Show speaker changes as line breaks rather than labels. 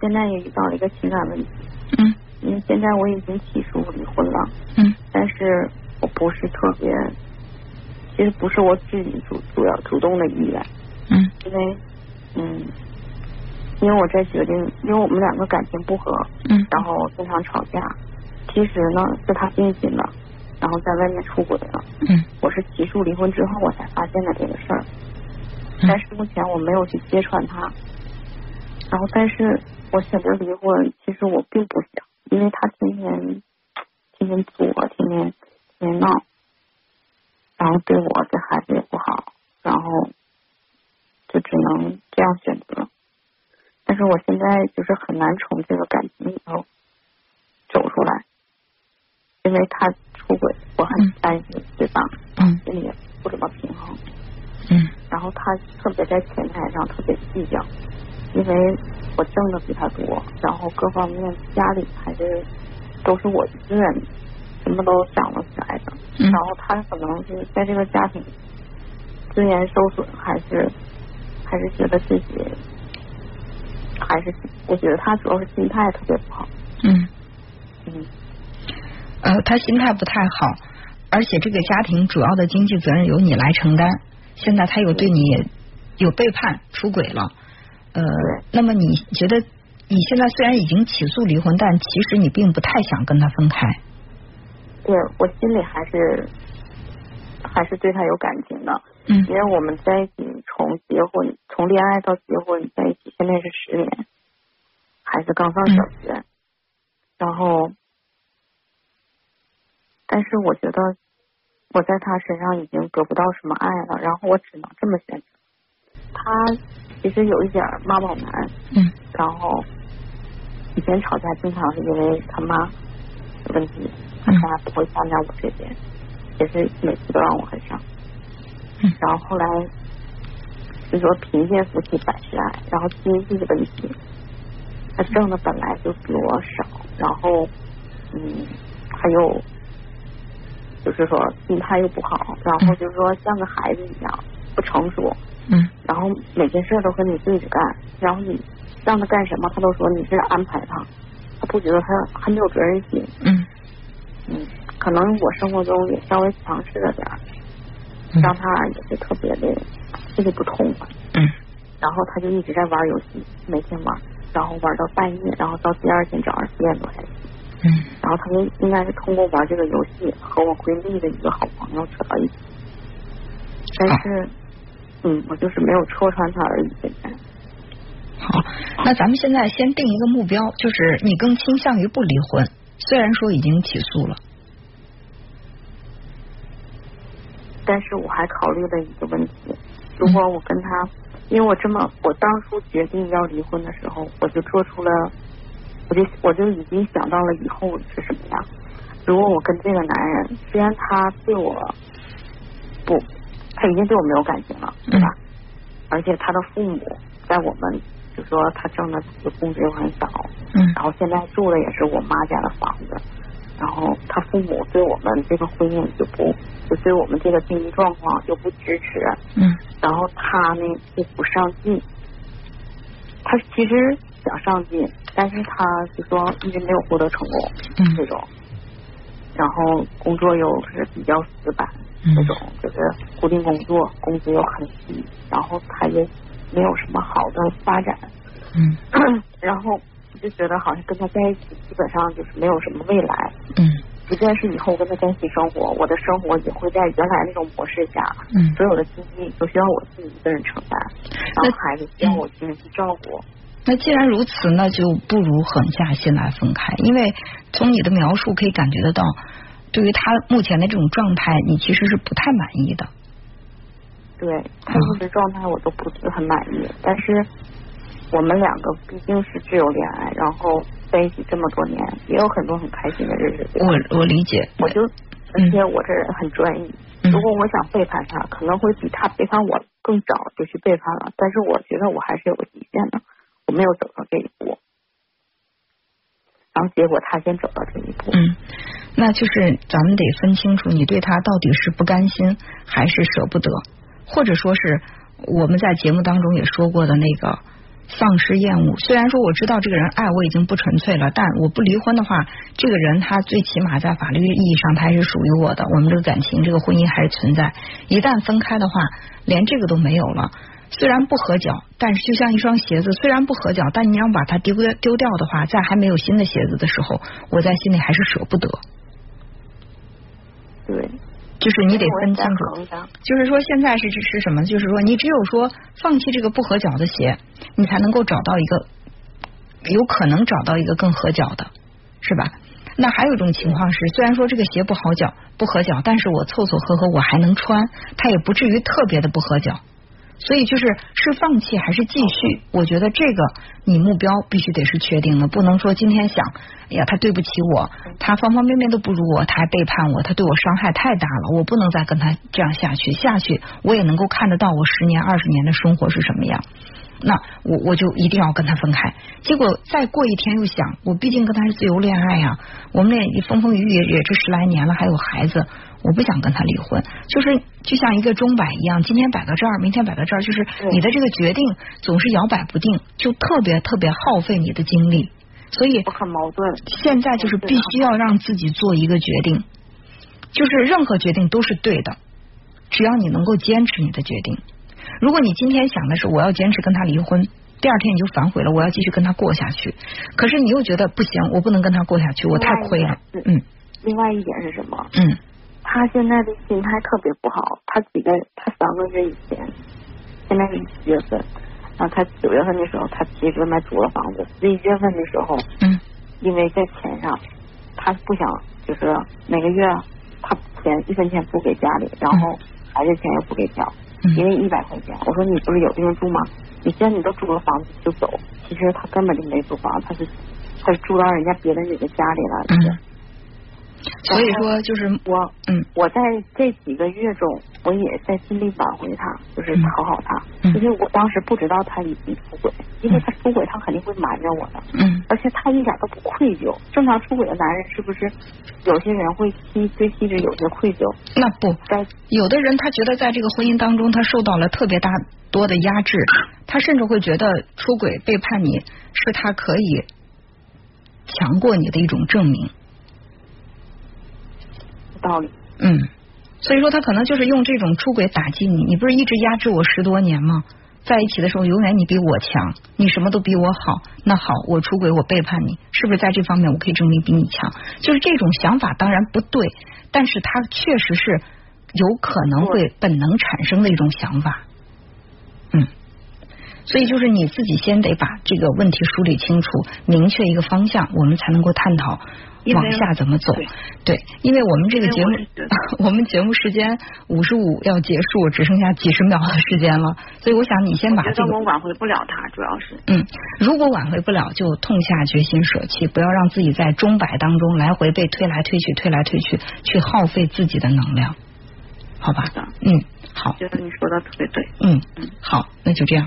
现在也遇到了一个情感问题。
嗯
嗯，现在我已经提出离婚了，
嗯
但是我不是特别，其实不是我自己主主要主动的意愿，
嗯
因为嗯，因为我这决定，因为我们两个感情不和，
嗯
然后经常吵架。其实呢，是他进行的，然后在外面出轨了。
嗯
我是提出离婚之后我才发现的这个事儿，
嗯
但是目前我没有去揭穿他。然后，但是我选择离婚，其实我并不想，因为他天天天天作，天天天天闹，然后对我对孩子也不好，然后就只能这样选择。但是我现在就是很难从这个感情里头走出来，因为他出轨，我很
嗯
担心，对吧？
嗯
心里也不怎么平衡。
嗯
然后他特别在钱财上特别计较，因为我挣的比他多，然后各方面家里还是都是我一个人，什么都掌握起来的。
嗯
然后他可能是在这个家庭资源受损，还是还是觉得自己还是我觉得他主要是心态特别不好。
嗯，
嗯，
呃，他心态不太好，而且这个家庭主要的经济责任由你来承担。现在他又对你有背叛、出轨了，呃，那么你觉得你现在虽然已经起诉离婚，但其实你并不太想跟他分开。
对我心里还是还是对他有感情的。
嗯
因为我们在一起从结婚，从恋爱到结婚在一起，现在是十年，孩子刚上小学，然后，但是我觉得我在他身上已经得不到什么爱了，然后我只能这么选择。他其实有一点儿妈宝男，
嗯
然后以前吵架经常是因为他妈有问题，他
嗯
家不会站在我这边，也是每次都让我很伤。
嗯
然后后来就说贫贱夫妻百事哀，然后经济的问题，他挣的本来就比我少，然后嗯，还有就是说心态又不好，然后就是说像个孩子一样不成熟，
嗯
然后每件事儿都跟你对着干，然后你让他干什么，他都说你是安排他，他不觉得他很有责任心。
嗯
嗯，可能我生活中也稍微尝试了点儿，
嗯
让他也是特别的心里不痛快。
嗯
然后他就一直在玩游戏，每天玩，然后玩到半夜，然后到第二天早上十点多才起。
嗯
然后他们应该是通过玩这个游戏和我闺蜜的一个好朋友扯到一起，但是，嗯，我就是没有戳穿他而已。现在，
好，那咱们现在先定一个目标，就是你更倾向于不离婚，虽然说已经起诉了。
但是我还考虑了一个问题，如果我跟他，因为我这么，我当初决定要离婚的时候，我就做出了，我就我就已经想到了以后是什么样。如果我跟这个男人，虽然他对我不，他已经对我没有感情了，对吧？而且他的父母在我们，就说他挣的这个工资又很少，
嗯
然后现在住的也是我妈家的房子，然后他父母对我们这个婚姻就不，就对我们这个经济状况又不支持，
嗯
然后他呢又不上进，他其实想上进，但是他就说一直没有获得成功这
嗯
种，然后工作又是比较死板
嗯
那种，就是固定工作，工资又很低，然后他也没有什么好的发展，
嗯
然后我就觉得好像跟他在一起基本上就是没有什么未来。
嗯
即便是以后跟他在一起生活，我的生活也会在原来那种模式下，
嗯，
所有的经济都需要我自己一个人承担，然后孩子需要我一个人去照顾。
那既然如此，那就不如狠下心来分开，因为从你的描述可以感觉得到，对于他目前的这种状态，你其实是不太满意的。
对他一直状态我都不是很满意，但是我们两个毕竟是自由恋爱，然后在一起这么多年，也有很多很开心的日子。
我我理解，
我就，而且我这人很专一，
嗯
如果我想背叛他，可能会比他背叛我更早就去背叛了。但是我觉得我还是有个底线的，我没有走到这一步。然后结果他先走到这一步，
嗯，那就是咱们得分清楚，你对他到底是不甘心还是舍不得，或者说是我们在节目当中也说过的那个，丧失厌恶。虽然说我知道这个人爱我已经不纯粹了，但我不离婚的话，这个人他最起码在法律意义上他还是属于我的，我们这个感情、这个婚姻还是存在。一旦分开的话，连这个都没有了。虽然不合脚，但是就像一双鞋子，虽然不合脚，但你要把它丢掉丢掉的话，在还没有新的鞋子的时候，我在心里还是舍不得。
对。
就是你得分清楚，就是说现在是是什么？就是说你只有说放弃这个不合脚的鞋，你才能够找到一个有可能找到一个更合脚的，是吧？那还有一种情况是，虽然说这个鞋不好脚、不合脚，但是我凑凑合合我还能穿，它也不至于特别的不合脚。所以就是是放弃还是继续？我觉得这个你目标必须得是确定的，不能说今天想，哎呀，他对不起我，他方方面面都不如我，他还背叛我，他对我伤害太大了，我不能再跟他这样下去，下去我也能够看得到我十年、二十年的生活是什么样。那我我就一定要跟他分开。结果再过一天又想，我毕竟跟他是自由恋爱呀、啊，我们也风风雨雨也这十来年了，还有孩子，我不想跟他离婚。就是就像一个钟摆一样，今天摆到这儿，明天摆到这儿，就是你的这个决定总是摇摆不定，就特别特别耗费你的精力。所以
我很矛盾。
现在就是必须要让自己做一个决定，就是任何决定都是对的，只要你能够坚持你的决定。如果你今天想的是我要坚持跟他离婚，第二天你就反悔了，我要继续跟他过下去。可是你又觉得不行，我不能跟他过下去，我太亏了。嗯。
另外一点是什么？
嗯。
他现在的心态特别不好。他几个，他三个月以前，现在是七月份，然后他九月份的时候，他其实买租了房子。十一月份的时候，
嗯，
因为在钱上，他不想，就是每个月他钱一分钱不给家里，然后孩子钱也不给交。
嗯
因为一百块钱，我说你不是有地方住吗？你既然你都租了房子就走，其实他根本就没租房，他是他是住到人家别的女的家里了。
嗯。所以说，就是
我，
嗯，
我在这几个月中，我也在尽力挽回他，就是讨好他。嗯。因嗯为我当时不知道他已经出轨，因为他出轨，他肯定会瞒着我的。
嗯。
而且他一点都不愧疚。正常出轨的男人是不是有些人会妻对妻子有些愧疚？
那不，有的人他觉得在这个婚姻当中，他受到了特别大多的压制，他甚至会觉得出轨背叛你是他可以强过你的一种证明。
道理，
嗯，所以说他可能就是用这种出轨打击你。你不是一直压制我十多年吗？在一起的时候，永远你比我强，你什么都比我好。那好，我出轨，我背叛你，是不是在这方面我可以证明比你强？就是这种想法当然不对，但是他确实是有可能会本能产生的一种想法。嗯，所以就是你自己先得把这个问题梳理清楚，明确一个方向，我们才能够探讨。往下怎么走？对，因为我们这个节目， 我,我们节目时间五十五要结束，只剩下几十秒的时间了，所以我想你先把啊这个。
我挽回不了他，主要是。
嗯，如果挽回不了，就痛下决心舍弃，不要让自己在钟摆当中来回被推来推去、推来推去，去耗费自己的能量，好吧？
好
嗯，好。
觉得你说的特别对。
嗯，好，那就这样。